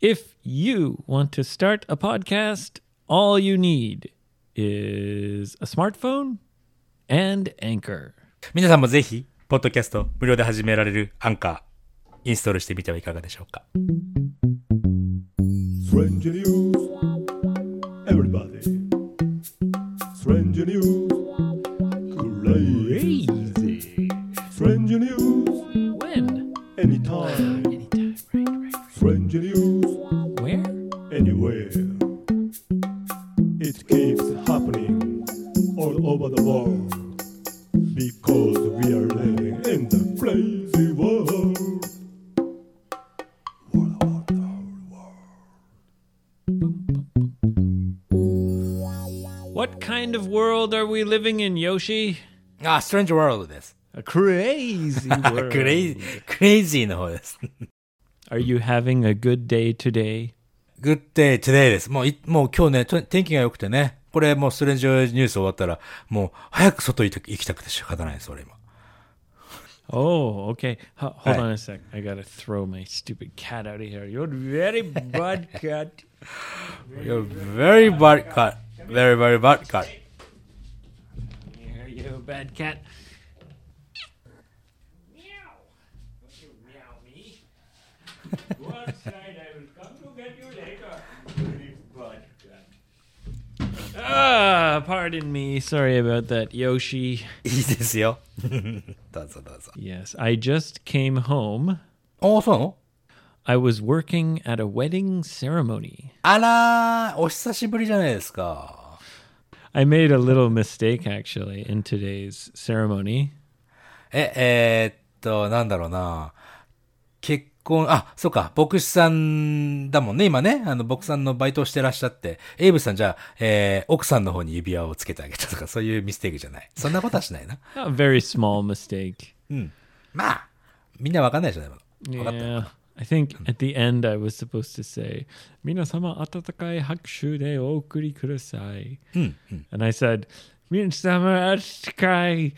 If you want to start a podcast, all you need is a smartphone and Anchor. 皆さんもぜひ、ポッドキャスト無料で始められるアンカー、インストールしてみてはいかがでしょうか。 Strange news, everybody. Strange news, crazy. Crazy. Strange news, When? anytime. Anytime. Right, right. Strange news, right. Where? anywhere. It keeps happening all over the world because we are living in the crazy world. World, world, world, world. What kind of world are we living in, Yoshi? あ、Strange World です。 A crazy クレイ、クレイジーの方です。 Are you having a good day today? Good day today です。もうい、もう今日ね、と天気が良くてね、これもうストレンジニュース終わったら、もう早く外行き行きたくて仕方ないです、俺今。 Oh, okay. Ho- hold Hi. on a sec. I gotta throw my stupid cat out of here. You're very bad cat. You're very bad cut. Very, very bad cut. Are you a bad cat? Meow. Don't you meow me. Go outside. I will come to get you later. Very bad cat. Ah, pardon me. Sorry about that, Yoshi. いいですよ。 どうぞどうぞ。 Yes, I just came home. おー、そうなの I was working at a wedding ceremony. あらー、お久しぶりじゃないですか。 I made a little mistake actually in today's ceremony. え、えーっと、なんだろうな。結婚、あ、そうか、牧師さんだもんね、今ね。あの、牧師さんのバイトをしてらっしゃって。エイブさん、じゃあ、えー奥さんの方に指輪をつけてあげたとか、そういうミステイクじゃない。そんなことはしないな。 A very small mistake. まあ、みんなわかんないでしょ、でも。わかった。 Yeah. I think at the end I was supposed to say, Minasama atatakai hakushu de okuri kudasai. And I said, Minasama atatakai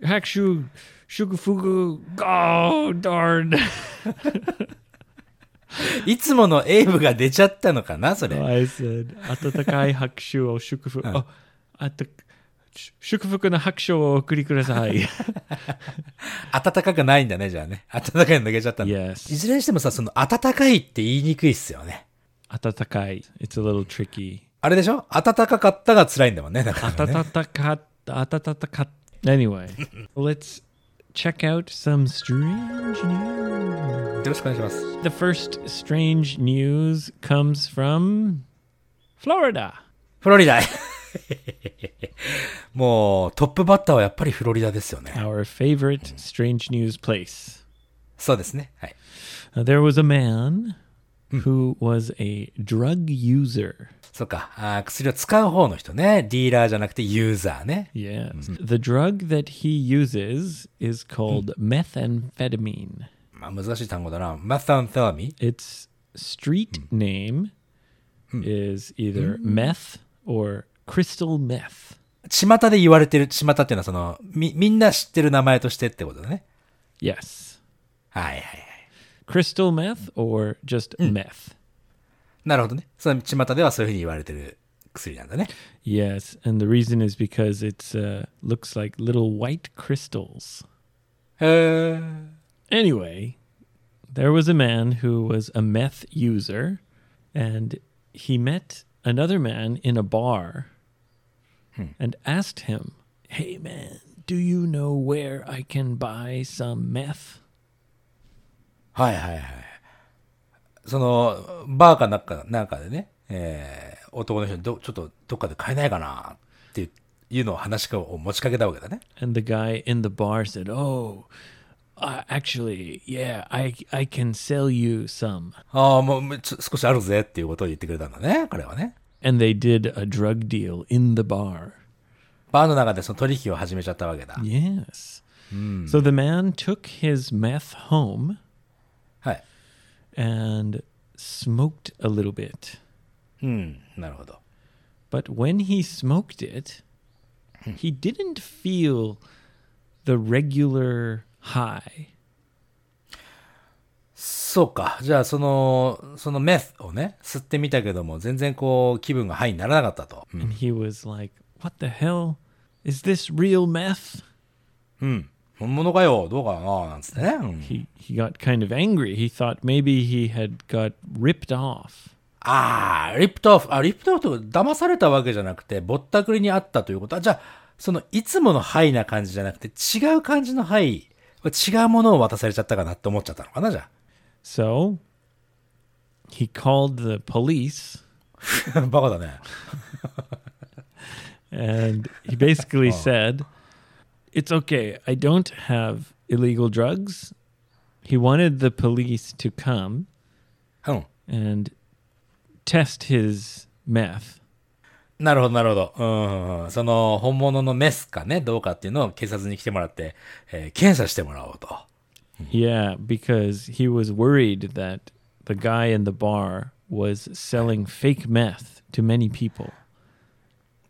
hakushu shukufugu. Oh, darn. いつものエイブが出ちゃったのかな、それ。 I said, 温かい拍手を祝福、あ、あた、祝祝福の拍手をお送りください。暖かくないんだね、じゃあね。暖かいの抜けちゃったの。い yes. ずれにしてもさ、その暖かいって言いにくいっすよね。温かい。It's a little tricky. あれでしょ暖かかったが辛いんだもんね、だからね。温かった、温かった。Anyway, let's check out some strange news. よろしくお願いします。 The first strange news comes from Florida. フロリダ。もう、トップバッターはやっぱりフロリダですよね。 Our favorite strange news place. そうですね。はい。 Uh, there was a man who was a drug user. そうか。あー薬を使う方の人ね。ディーラーじゃなくてユーザーね。 Yes. The drug that he uses is called methamphetamine. まあ、難しい単語だな。マサンセラミ Its street name is either meth or crystal meth. 巷で言われてる、巷っていうのはその、み、みんな知ってる名前としてってことだね。 Yes. はいはいはい。 Crystal meth or just meth. なるほどね。その、巷ではそういうふうに言われてる薬なんだね。 Yes, and the reason is because it's uh, looks like little white crystals. へー。 Anyway, there was a man who was a meth user, and he met another man in a bar and asked him, Hey man, do you know where I can buy some meth? はいはいはい。その、バーかなんか、なんかでね、えー、男の人にど、ちょっとどっかで買えないかなっていういうのを話を持ちかけたわけだね。 And the guy in the bar said, Oh, uh, actually, yeah, I, I can sell you some. ああ、もうもうちょ少しあるぜっていうことを言ってくれたんだね、彼はね。 And they did a drug deal in the bar. バーの中でその取引を始めちゃったわけだ。 Yes. So the man took his meth home. はい。 and smoked a little bit. うん、なるほど。 But when he smoked it, he didn't feel the regular high. そうか。じゃあ、その、そのメスをね、吸ってみたけども、全然こう、気分がハイにならなかったと。うん。 And he was like, What the hell? Is this real meth? うん本物かよ、どうかな、なんつってね。うん He, he got kind of angry. He thought maybe he had got ripped off. ああ、リプトオフ、あ、リプトオフと騙されたわけじゃなくて、ぼったくりにあったということは、じゃあ、その、いつものハイな感じじゃなくて、違う感じのハイ、違うものを渡されちゃったかなって思っちゃったのかな、じゃ So he called the police あ。 バカだね。 and he basically said, It's okay. I don't have illegal drugs. He wanted the police to come うん。 and test his meth. なるほど、なるほど。うんうん。その、本物のメスかね、どうかっていうのを警察に来てもらって、えー検査してもらおうと。 Yeah, because he was worried that the guy in the bar was selling fake meth to many people.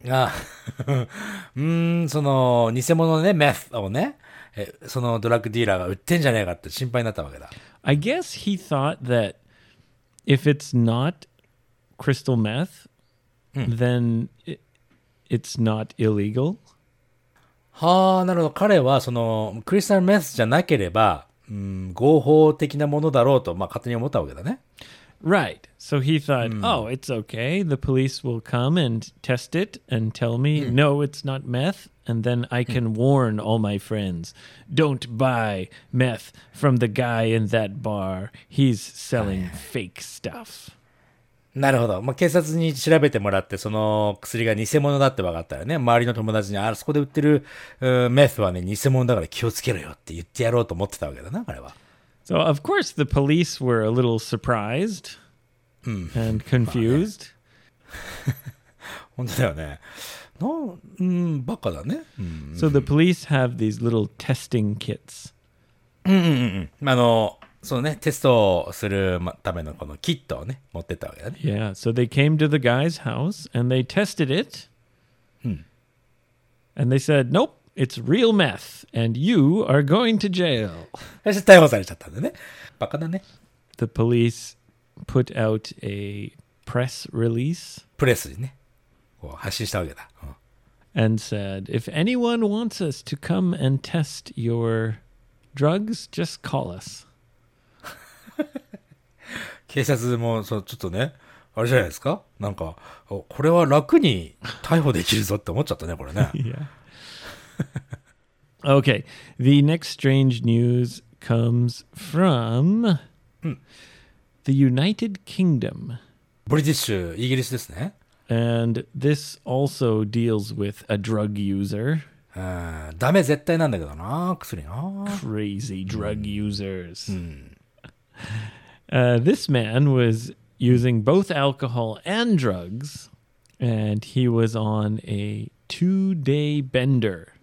あ うーん、その、偽物のね、メスをね、えーそのドラッグディーラーが売ってんじゃねえかって心配になったわけだ。 I guess he thought that if it's not crystal meth, then it, it's not illegal. はあ、なるほど。彼は、その、クリスタルメスじゃなければ、うん、合法的なものだろうと、まあ、勝手に思ったわけだね。 Right. So he thought, oh, it's okay. The police will come and test it and tell me, no, it's not meth. And then I can warn all my friends don't buy meth from the guy in that bar. He's selling fake stuff. なるほど。まあ、警察に調べてもらって、その薬が偽物だって分かったらね、周りの友達に、あそこで売ってる、うんメスはね、偽物だから気をつけろよって言ってやろうと思ってたわけだな、彼は。 So, of course, the police were a little surprised and confused. 本当だよね。の、うん、バカだね。うん。 So, the police have these little testing kits. あの、そのね、テストをするまためのこのキットをね、持ってったわけだね。 Yeah, so they came to the guy's house and they tested it. And they said, nope, it's real meth, and you are going to jail. そして逮捕されちゃったんだね。バカだね。 The police put out a press release プレスにね、こう発信したわけだ。うん and said, if anyone wants us to come and test your drugs, just call us.。警察も、そう、ちょっとね、あれじゃないですかなんか、おこれは楽に逮捕できるぞって思っちゃったね、これね Yeah. okay, the next strange news comes from the United Kingdom. ブリティッシュ、イギリスですね。 And this also deals with a drug user. うん、ダメ絶対なんだけどな、薬な。 Crazy drug users. Hmm. Uh, this man was using both alcohol and drugs, and he was on a two day bender.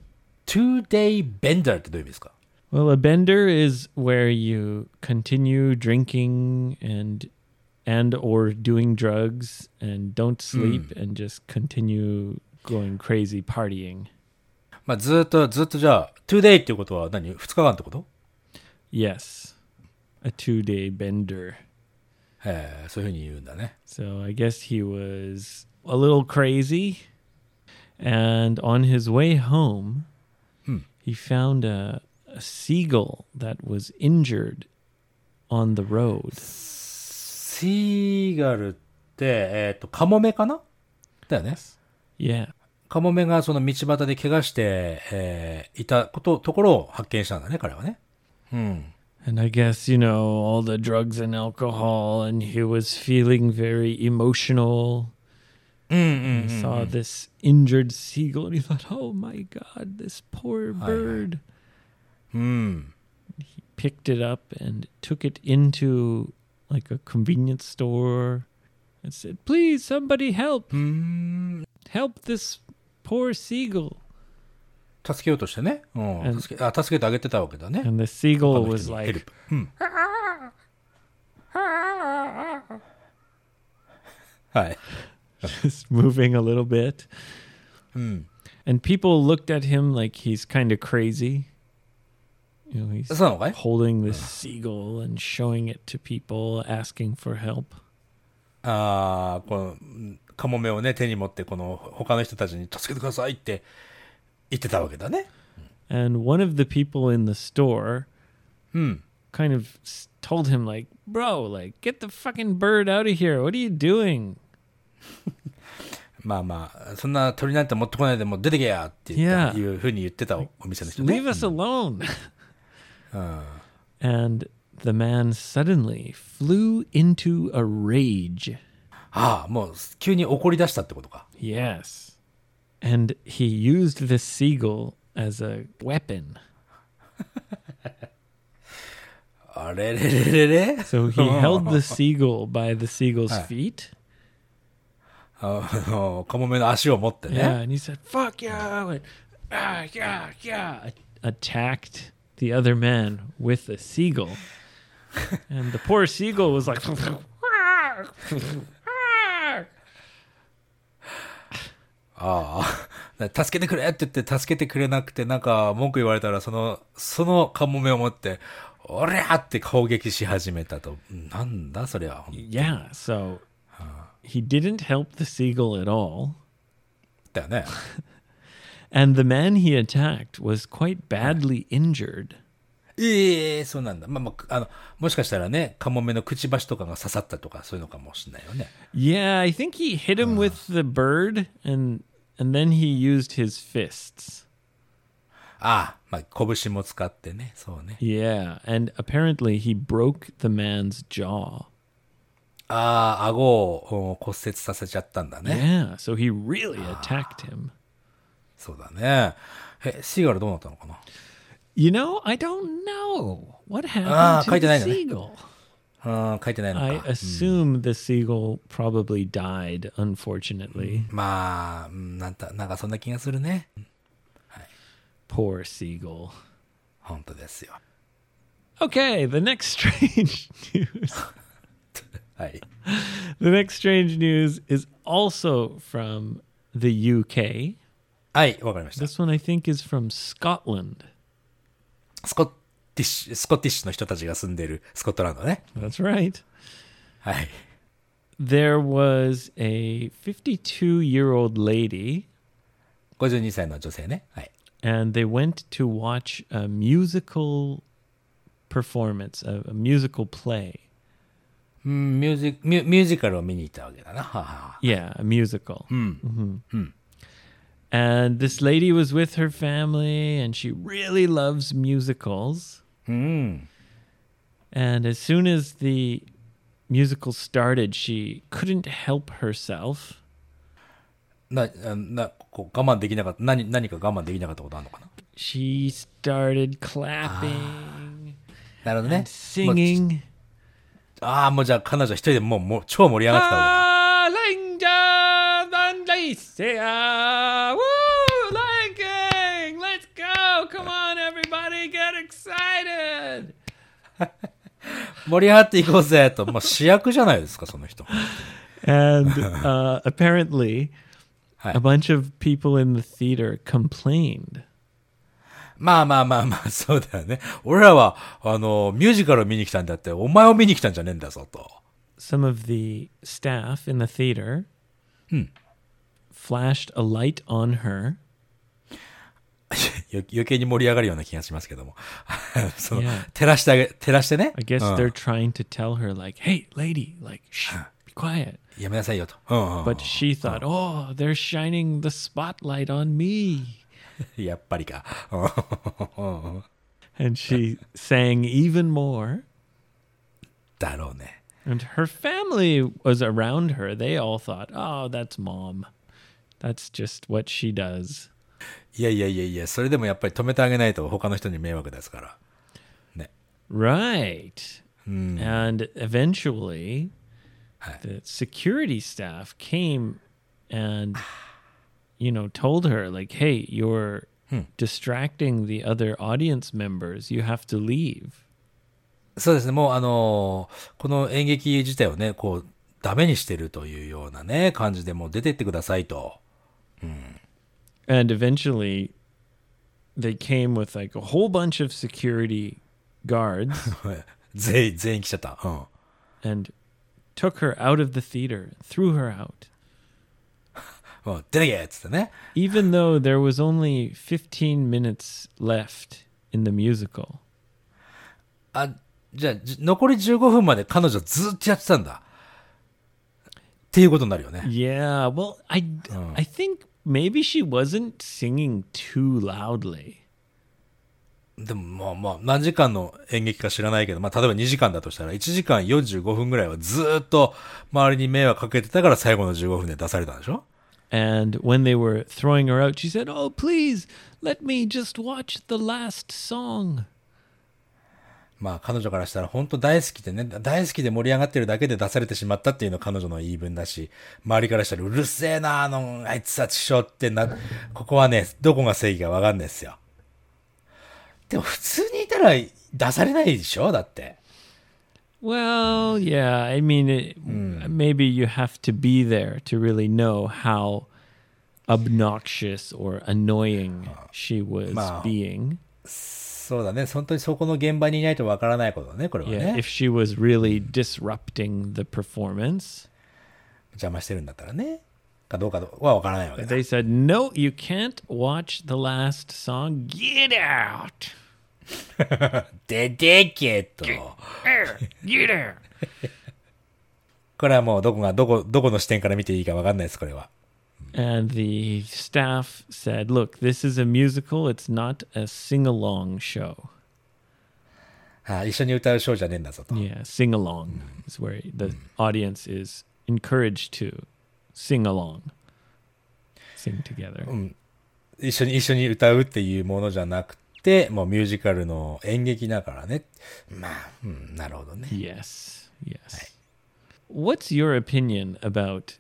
two-day bender ってどういう意味ですか Well, a bender is where you continue drinking and and or doing drugs and don't sleep and just continue going crazy partying. まあ、ずーっと、ずーっとじゃあ、two-day っていうことは何 ?2 日間ってこと Yes. A 2-day bender. えー、そういうふうに言うんだね。 So I guess he was a little crazy. And on his way home, he found a, a seagull that was injured on the road. シーガルって、えっ、と、カモメかなだよね。 Yeah. カモメがその道端で怪我して、えーいたこと、ところを発見したんだね、彼はね。 And I guess, you know, all the drugs and alcohol, and he was feeling very emotional. He Mm-hmm, saw this injured seagull and he thought, oh my God, this poor bird. He picked it up and took it into like a convenience store and said, please, somebody help. Help this poor seagull. 助けようとしてね。うん。助け、あ、助けてあげてたわけだね。 And the seagull この was 人にヘル like, プうん。 はい。 just moving a little bit. And people looked at him like he's kind of crazy. You know, he's そうなのかい holding this seagull and showing it to people, asking for help. ああ、この、んカモメをね、手に持って、この、他の人たちに助けてくださいって言ってたわけだね。 And one of the people in the store うん。 kind of s- told him, like, bro, like, get the fucking bird out of here. What are you doing? まあまあ、そんな鳥なんて持ってこないでもう出てけやって言っ Yeah. たいうふうに言ってたおお店の人ね Leave。us alone. うん、 and the man suddenly flew into a rage. ああ、もう急に怒り出したってことか。 Yes. And he used this seagull as a weapon. あれれれれれ So he held the seagull by the seagull's feet. あのカモメの足を持ってね。 Yeah, and he said, "Fuck yeah!" and, ah, yeah, yeah. Attacked the other man with a seagull, and the poor seagull was like, ああ、助けてくれって言って助けてくれなくて、なんか文句言われたら、その、そのカモメを持って、おりゃって攻撃し始めたと。なんだそりゃ。 "Yeah." So he didn't help the seagull at all, だ よね。 and the man he attacked was quite badly injured. ええそうなんだ。まあまあ、あの、もしかしたらね、カモメのくちばしとかが刺さったとか、そういうのかもしれないよね。 Yeah, I think he hit him with the bird, and and then he used his fists. ああ、まあ、拳も使ってね。そうね。 Yeah, and apparently he broke the man's jaw. ああ、顎をうん骨折させちゃったんだね。 Yeah, so he really Ah. attacked him. そうだね。え、シーガルどうなったのかな You know, I don't know what happened Ah, to quite the an enemy. seagull. うん、書いてないのか。 I assume the seagull probably died, unfortunately. Hmm. まあ、うんなんた、なんかそんな気がするね。 Poor seagull. 本当ですよ。 Okay, the next strange news. はい。 The next strange news is also from the UK. はい、わかりました。 This one I think is from Scotland. スコティッシュ、スコティッシュの人たちが住んでるスコットランドね。 That's right. はい。 There was a 52 year old lady 52歳の女性ね。はい。 and they went to watch a musical performance, a, a musical play. うん、ミュージミュミュージカルを見に行ったわけだな。はあは Yeah, a musical. Mhm. And this lady was with her family, and she really loves musicals. うん。 And as soon as the musical started, she couldn't help herself. な、あな、こう我慢できなかった、何、何か我慢できなかったことあるのかな She started clapping なるほどね。 and singing. ああ、もうじゃあ彼女一人でもう、もう超盛り上がってたわけだ。 Langdon and Lycia. Woo! Lion King! Let's go! Come on, everybody, get excited! 盛り上がっていこうぜと、もう主役じゃないですか、その人。 And uh, apparently, Hi. a bunch of people in the theater complained. まあまあまあまあ、そうだよね。俺らは、あの、ミュージカルを見に来たんだって、お前を見に来たんじゃねえんだぞ、と。 Some of the staff in the theater Hmm. flashed a light on her. よ余計に盛り上がるような気がしますけども。 その Yeah.、照らしてあげ、照らしてね I。guess うん they're trying to tell her, like, hey, lady, like, shh, be quiet. やめなさいよと。うんうん But she thought, oh, they're shining the spotlight on me. やっぱりか。うん うん And she sang even more. だろうね。 And her family was around her. They all thought, oh, that's mom. That's just what she does. いやいやいやいや、それでもやっぱり止めてあげないと他の人に迷惑ですから。 Right. And eventually, the security staff came and, you know, told her, like, hey, you're distracting the other audience members. You have to leave. そうですね、もうあのーこの演劇自体をね、こう、ダメにしてるというようなね、感じでもう出てってくださいと。 And eventually, they came with like a whole bunch of security guards 全員、全員来ちゃった。うん。 and took her out of the theater, threw her out. もう出てけっつってね。 Even though there was only 15 minutes left in the musical. あ、じゃあ、じ残り15分まで彼女ずっとやってたんだ。っていうことになるよね。 Yeah, well, I I think maybe she wasn't singing too loudly. でもまあまあ、何時間の演劇か知らないけど、まあ例えば2時間だとしたら、1時間45分ぐらいはずっと周りに迷惑かけてたから最後の15分で出されたんでしょ And when they were throwing her out, she said, "Oh, please, let me just watch the last song." まあ彼女からしたら本当大好きでね、大好きで盛り上がってるだけで出されてしまったっていうのが彼女の言い分だし、周りからしたらうるせえな、あの、あいつはちしょってな、ここはね、どこが正義かわかんないですよ。でも普通にいたら出されないでしょだって。 Well, yeah, I mean, it, maybe you have to be there to really know how obnoxious or annoying she was Wow. being. そうだね、本当にそこの現場にいないとわからないことだね、これは Yeah, ね if。she was really disrupting the performance. 邪魔してるんだったらね。かどうかはわからないわけだ。 They said, "No, you can't watch the last song. Get out. ででけと。 Get out." これはもうどこが、どこ、どこの視点から見ていいかわかんないです、これは。 And the staff said, Look, this is a musical. It's not a sing along show. はい、一緒に歌うショーじゃねえんだぞと。 Yeah, sing along is where the audience is encouraged to sing along, sing together. 一緒に、一緒に歌うっていうものじゃなくて、もうミュージカルの演劇だからね。まあ、うん、なるほどね。 Yes, yes. What's your opinion about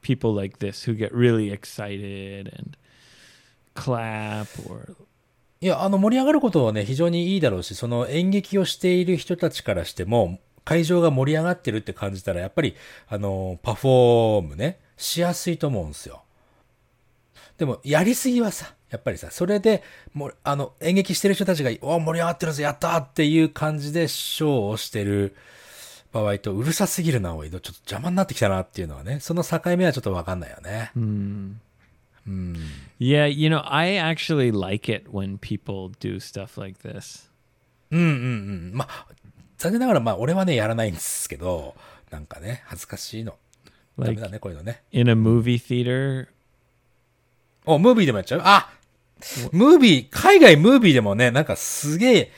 people like this who get really excited and clap or. いや、あの、盛り上がることはね、非常にいいだろうし、その演劇をしている人たちからしても、会場が盛り上がってるって感じたら、やっぱり、あの、パフォームね、しやすいと思うんですよ。でも、やりすぎはさ、やっぱりさ、それで、もう、あの、演劇してる人たちが、お盛り上がってるぜ、やったーっていう感じで、ショーをしてる場合と、うるさすぎるな、おい、ちょっと邪魔になってきたなっていうのはね、その境目はちょっとわかんないよね。 Yeah, you know, I actually like it when people do stuff like this. うんまあ、残念ながら、まあ、俺はね、やらないんですけど、なんかね、恥ずかしいの。ダ Like- メだね、こういうのね。 in a movie theater. お、ムービーでもやっちゃうあムービー、海外ムービーでもね、なんかすげえ、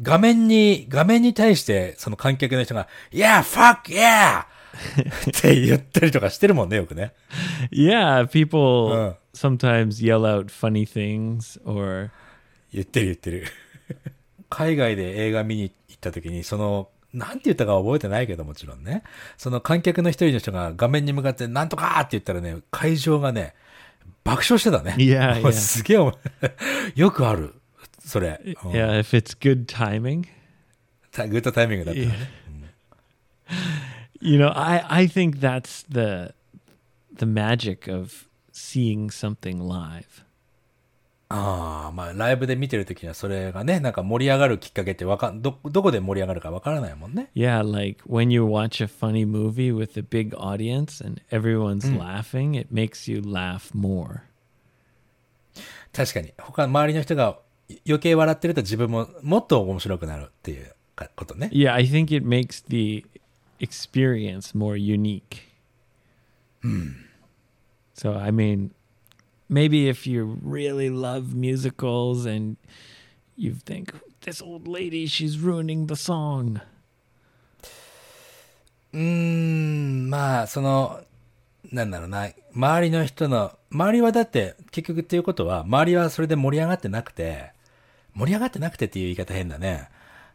画面に、画面に対して、その観客の人が、Yeah, fuck, yeah! って言ったりとかしてるもんね、よくね。 Yeah, people Uh. sometimes yell out funny things or 言ってる言ってる。海外で映画見に行った時に、その、なんて言ったかは覚えてないけどもちろんね。その観客の一人の人が画面に向かって、なんとかーって言ったらね、会場がね、爆笑してたね。 Yeah, もう yeah. すげえお前、よくある。それ。うん yeah, if it's good timing. たグッドタイミングだったね。 You know, I I think that's the the magic of seeing something live. ああ、まあ、ライブで見てる時にはそれがね、なんか盛り上がるきっかけってわかん、ど、どこで盛り上がるかわからないもんね。 Yeah, like when you watch a funny movie with a big audience and everyone's laughing, it makes you laugh more. 確かに。他、周りの人が余計笑ってると自分ももっと面白くなるっていうかことね。 Yeah, I think it makes the experience more unique. So, I mean, maybe if you really love musicals and you think, this old lady, she's ruining the song. うーん、まあ、その、なんだろうな、周りの人の、周りはだって、結局っていうことは、周りはそれで盛り上がってなくて、盛り上がってなくてっていう言い方変だね。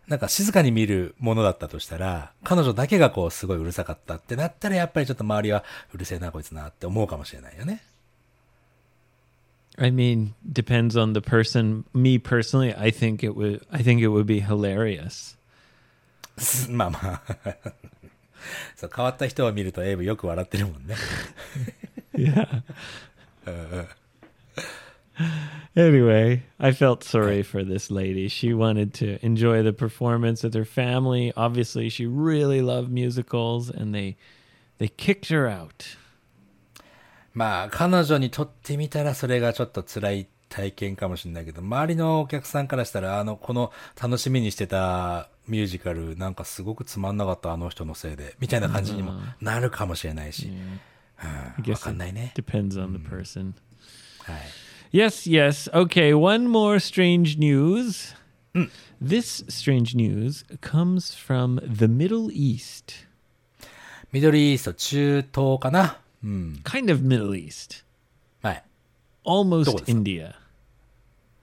なんか静かに見るものだったとしたら、彼女だけがこうすごいうるさかったってなったら、やっぱりちょっと周りはうるせえなこいつなって思うかもしれないよね。 I mean, depends on the person. Me personally, I think it would I think it would be hilarious. すまあまあ。 そう、変わった人を見るとエ イブよく笑ってるもんね。 Yeah. Uh, Anyway, I felt sorry for this lady. She wanted to enjoy the performance with her family. Obviously, she really loved musicals and they they kicked her out. まあ、彼女にとってみたらそれがちょっと辛い体験かもしれないけど、周りのお客さんからしたら、あの、この楽しみにしてたミュージカル、なんかすごくつまんなかった、あの人のせいで、みたいな感じにもなるかもしれないし。 I うん、わ guess かんないね it。depends on the person. はい。 Yes, yes. Okay, one more strange news. This strange news comes from the Middle East. ミドリーイースト、中東かなうん。 Kind of Middle East. はい。 Almost どこですか？ India.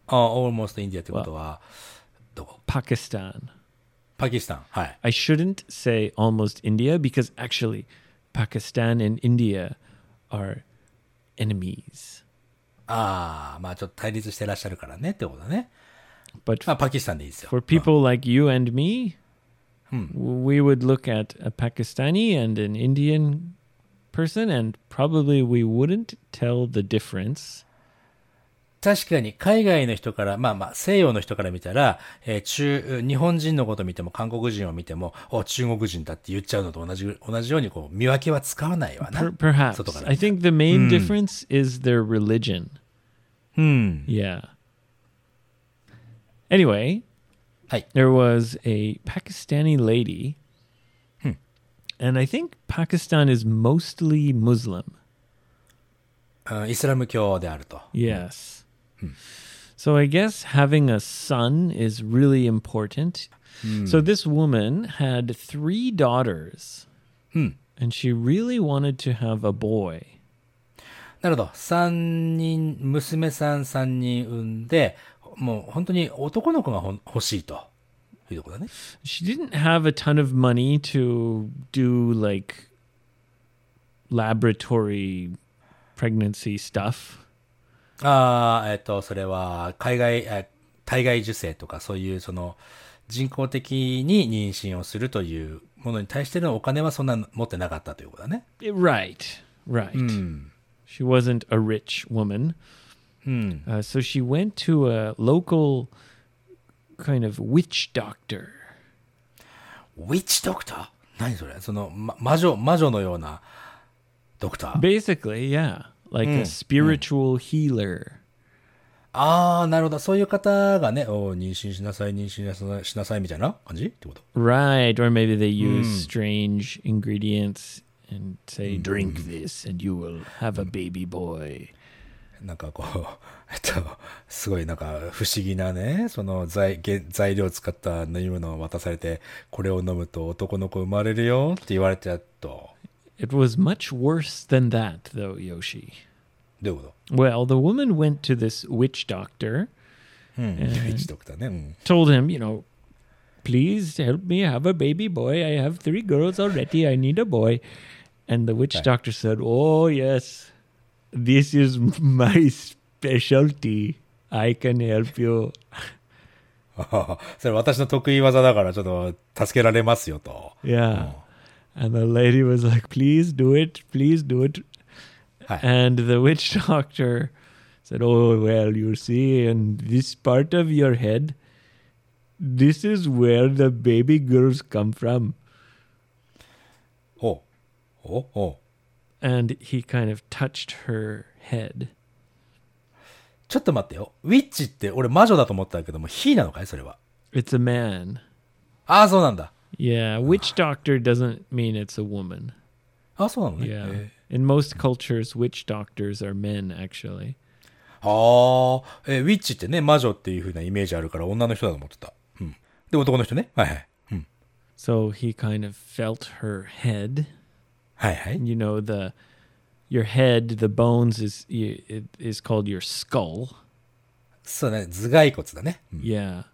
あ、almost India ってことは、どこ Pakistan. パキスタン。はい。 I shouldn't say almost India because actually Pakistan and India are enemies. ああ、まあちょっと対立してらっしゃるからねってことだね。 But まあパキスタンでいいですよ。 for people like you and me, we would look at a Pakistani and an Indian person, and probably we wouldn't tell the difference. 確かに海外の人から、まあまあ西洋の人から見たら、えー中、日本人のこと見ても韓国人を見ても、お、中国人だって言っちゃうのと同じ、同じようにこう見分けは使わないわ Per- な。 perhaps. 外から見た I think the main difference is their religion. うん。 Yeah. Anyway, Hi. there was a Pakistani lady, and I think Pakistan is mostly Muslim. うんイスラム教であると。 Yes. So I guess having a son is really important. So this woman had three daughters, and she really wanted to have a boy. なるほど。三人、娘さん三人産んで、もう本当に男の子がほん欲しいと。いうところだね。 She didn't have a ton of money to do like laboratory pregnancy stuff. ああ、えっと、それは、海外、え体外受精とか、そういう、その、人工的に妊娠をするというものに対してのお金はそんな持ってなかったということだね。Eh, Right, right. Hmm. She wasn't a rich woman. Uh, so she went to a local kind of witch doctor. ウィッチドクター何それその、ま魔女、魔女のような、ドクター。 Basically, yeah, like a spiritual healer. ああ、なるほど。そういう方がね、おー妊娠しなさい、妊娠しなさい、しなさいみたいな感じってこと。 Right, or maybe they use strange ingredients and say, drink this and you will have a baby boy. なんかこう、 えっと、すごいなんか不思議なね、その材原材料を使った飲み物を渡されて、これを飲むと男の子生まれるよって言われちゃうと、 It was much worse than that, though, Yoshi. どういうこ Well, the woman went to this witch doctor. とうん。 一ドクターね。うん。 told him, you know, please help me have a baby boy. I have three girls already. I need a boy. And the witch doctor said, Oh, yes, this is my specialty. I can help you. それ私の得意技だからちょっと助けられますよと。 Yeah. And the lady was like, Please do it. Please do it. Hi. And the witch doctor said, Oh, well, you see, in this part of your head, this is where the baby girls come from. おおお and he kind of touched her head. ちょっと待ってよ。ウィッチって俺魔女だと思ったけども、ヒーなのかいそれは。 It's a man. ああ、そうなんだ。 Yeah, witch doctor doesn't mean it's a woman. ああ、そうなのね。 Yeah. へー In most cultures, witch doctors are men, actually. はあ、えーウィッチってね、魔女っていう風なイメージあるから女の人だと思ってた。うん。で、男の人ね。はいはい。うん。 So he kind of felt her head. はいはい。 You know, the your head, the bones is y- it is called your skull. そうだね、頭蓋骨だね。うん。 Yeah.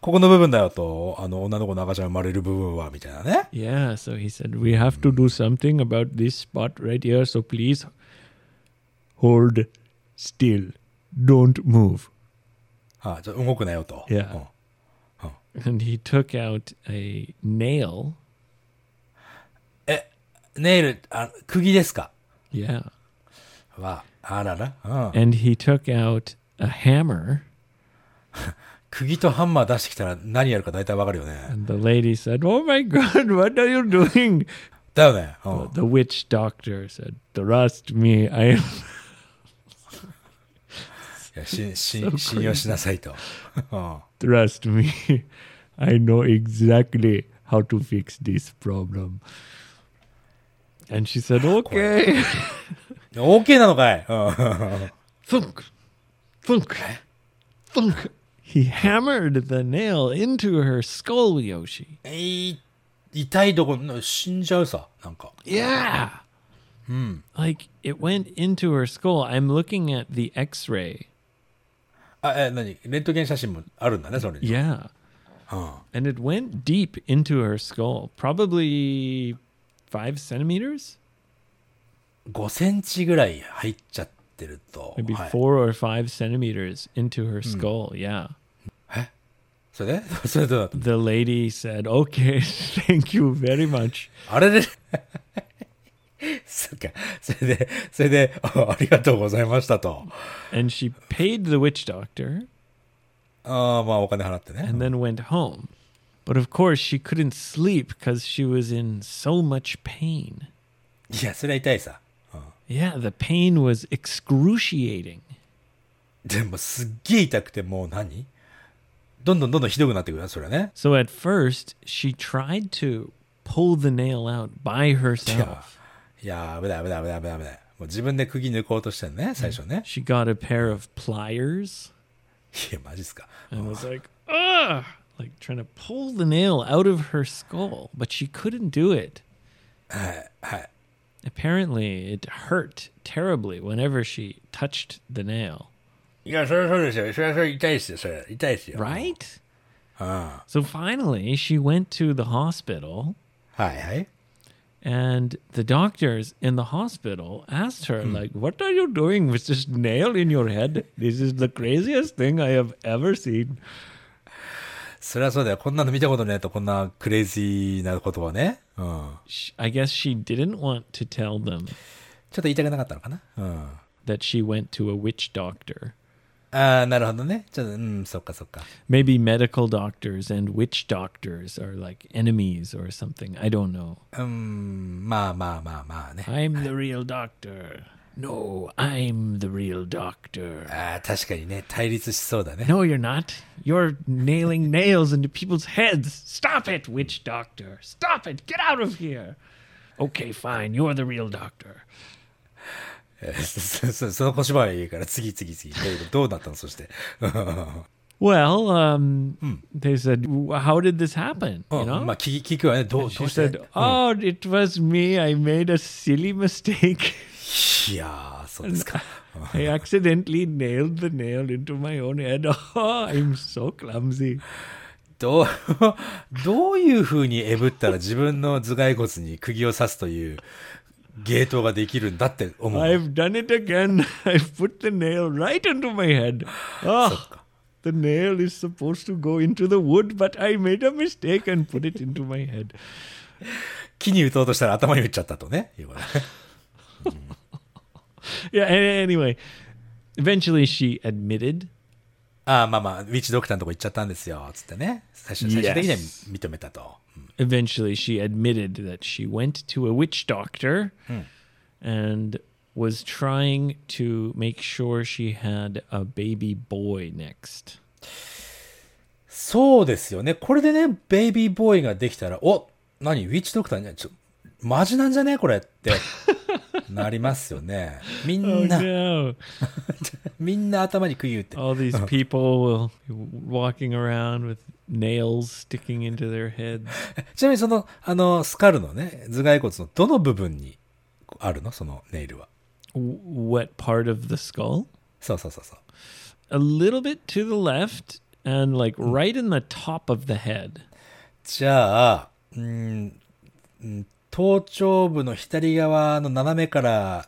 ここの部分だよと、あの、女の子の赤ちゃん生まれる部分は、みたいなね。 Yeah, so he said, We have to do something about this spot right here, so please hold still. Don't move. あじゃあ動くなよと。いやうん and he took out a nail. ネイル、あ釘ですか Yeah. は、あらら。うん。 And he took out a hammer. 釘とハンマー出してきたら何やるか大体わかるよね。 And the lady said, Oh my God, what are you doing? だよね。うん The witch doctor said, Trust me, I am いやしし信用しなさいと。うん、 trust me. I know exactly how to fix this problem. And she said, Okay. OK なのかい、うん、 Thunk, thunk, thunk. He hammered the nail into her skull, Yoshi. い痛いとこ死んじゃうさなんか Yeah. Like it went into her skull. I'm looking at the x ray. あえ何レントゲン写真もあるんだねそれに Yeah. And it went deep into her skull, probably five centimeters, 5センチぐらい入っちゃってると、 maybe はい、 four or five centimeters into her skull. Yeah. それで それで The lady said, Okay, thank you very much. あれで そっかそれでそれで あありがとうございましたと And she paid the witch doctor あーまあお金払ってね and then went home. But of course, she couldn't sleep because she was in so much pain. いやそれは痛いさ Yeah, the pain was excruciating. でもすっげえ痛くてもう何どんどんどんどんひどくなってくるなそれはね So at first, she tried to pull the nail out by herself. いやー危ない危ない危ない危ない危ないもう自分で釘抜こうとしてるね最初ね、 She got a pair of pliers いやマジっすか and was like, ugh, like trying to pull the nail out of her skull, but she couldn't do it. Apparently, it hurt terribly whenever she touched the nail. いや、それはそうですよ。それはそれ痛いですよ。それ痛いですよ。 Right? So finally, she went to the hospital, はいはい。 and the doctors in the hospital asked her, like, what are you doing with this nail in your head? This is the craziest thing I have ever seen. それはそうだよ。こんなの見たことないと、こんなクレイジーなことはね。うん。 Sh I guess she didn't want to tell them ちょっと言いたくなかったのかな。うん。あ that she went to a witch doctor. あ、なるほどね。ちょっと、うん、そっかそっか。 Maybe medical doctors and witch doctors are like enemies or something. I don't know. うん、まあまあまあまあね。 I'm the real doctor. No, I'm the real doctor. ああ、確かにね、対立しそうだね。 No, you're not. You're nailing nails into people's heads. Stop it, witch doctor. Stop it. Get out of here. Okay, fine. You're the real doctor. そそその小芝居はいいから、次次次。だけど、どうなったのそして。 Well, um, they said, "W- "How did this happen?" う You ん know, まあ、聞聞くわね。どう、どう she して。 said, "Oh, it was me. I made a silly mistake. いやー、そうですか。 I accidentally nailed the nail into my own head. Oh, I'm so clumsy." どう、 どういう風にえぶったら自分の頭蓋骨に釘を刺すというゲートができるんだって思う。 I've done it again. I've put the nail right into my head. Oh, the nail is supposed to go into the wood, but I made a mistake and put it into my head. 木に打とうとしたら頭に打っちゃったとね。いうことね Yeah, a- anyway, eventually she admitted. ああ、まあまあ、ウィッチドクターのとこ行っちゃったんですよ。つってね。最終最終的には Yes. 認めたと。 Eventually she admitted that she went to a witch doctor and was trying to make sure she had a baby boy next. そうですよね。これでね、ベイビーボーイができたら、お何ウィッチドクターにちょ、マジなんじゃねこれって。なりますよね。み Oh んな、 no. みんな頭に釘打って。 All these people will be walking around with nails sticking into their heads. ちなみにその、あの、スカルのね、頭蓋骨のどの部分にあるのそのネイルは。 W- What part of the skull? そうそうそうそう。 A little bit to the left and like right in the top of the head. じゃあ、うーん、うん頭頂部の左側の斜めから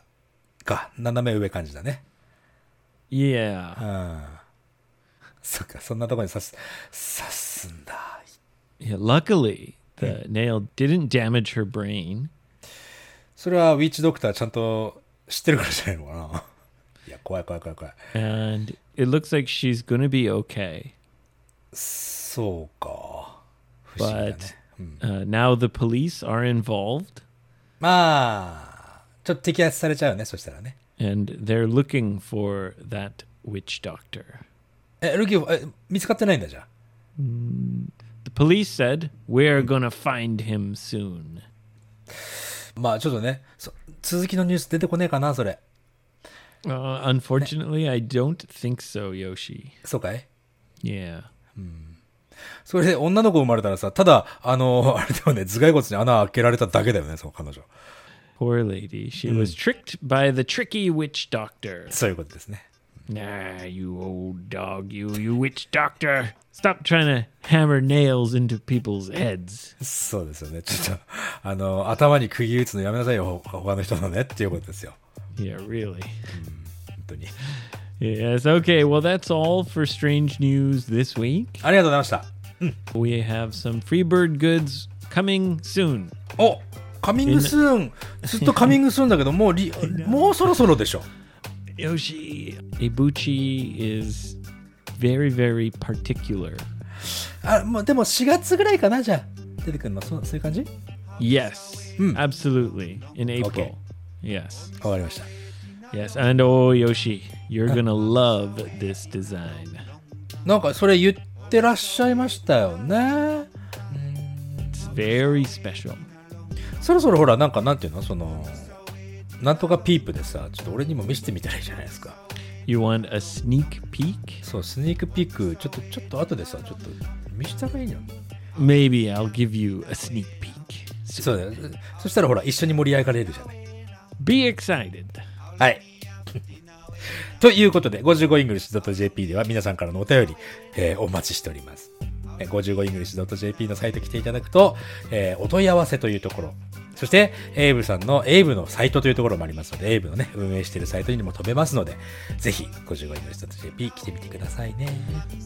か、斜め上感じだね。う Yeah. ん。そっか、そんなとこに刺す、刺すんだ。 yeah luckily, the nail didn't damage her brain. それはウ ィッチドクターちゃんと知ってるからじゃないのかな。いや、怖い怖い怖い怖い。 And it looks like she's going to be okay. そうか。不思議だね。 Uh, now the police are involved まあ、ちょっと摘発されちゃうよね、そしたらね。 and they're looking for that witch doctor. え、ルキー、え見つかってないんだじゃあ The police said, We're going to find him soon. まあ、ちょっとね、そ続きのニュース出てこねえかな、それ。 Uh, unfortunately, I don't think so, Yoshi. そうかい Yeah. それで女の子生まれたらさ、ただ、あの、 あれだよね、頭蓋骨に穴開けられただけだよね、その彼女。 Poor lady. She was tricked by the tricky witch doctor. そういうことですね。 Nah, you old dog, you, you witch doctor. Stop trying to hammer nails into people's heads. そうですよね。ちょっと、あの、頭に釘打つのやめなさいよ、ほ他の人のね、っていうことですよ。 Yeah, really. 本当に。 Yes, okay. Well, that's all for strange news this week. ありがとうございました。 We have some Freebird goods coming soon. おカミングスーンずっとカミングスーンだけど、もうり、もうそろそろでしょ。 Yoshi Ibuchi is very, very particular. あ、もうでも4月ぐらいかな、じゃあ。出てくるの、そうそういう感じ Yes, absolutely. In April. Okay. Yes. わかりました。 Yes. And oh, Yoshi, you're going to love this design. なんかそれ言ってらっしゃいましたよね。 It's very special. そろそろほら、なんかなんていうのその、なんとかピープでさ、ちょっと俺にも見せてみたらいいじゃないですか。 You want a sneak peek? そう、スニークピーク、ちょっと、ちょっと後でさ、ちょっと見せた方がいいの Maybe I'll give you a sneak peek. そうだよ。そしたらほら、一緒に盛り上がれるじゃない。 Be excited. はい。 ということで、55english.jp では皆さんからのお便り、えーお待ちしております。えー 55english.jp のサイト来ていただくと、えーお問い合わせというところ、そして、エイブさんの、エイブのサイトというところもありますので、エイブのね、運営しているサイトにも飛べますので、ぜひ、55english.jp 来てみてくださいね。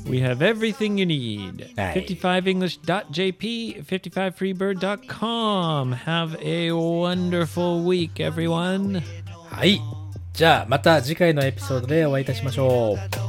We have everything you need. Aye. 55english.jp, 55freebird.com. Have a wonderful week, everyone. はい。じゃあ、また次回のエピソードでお会いいたしましょう。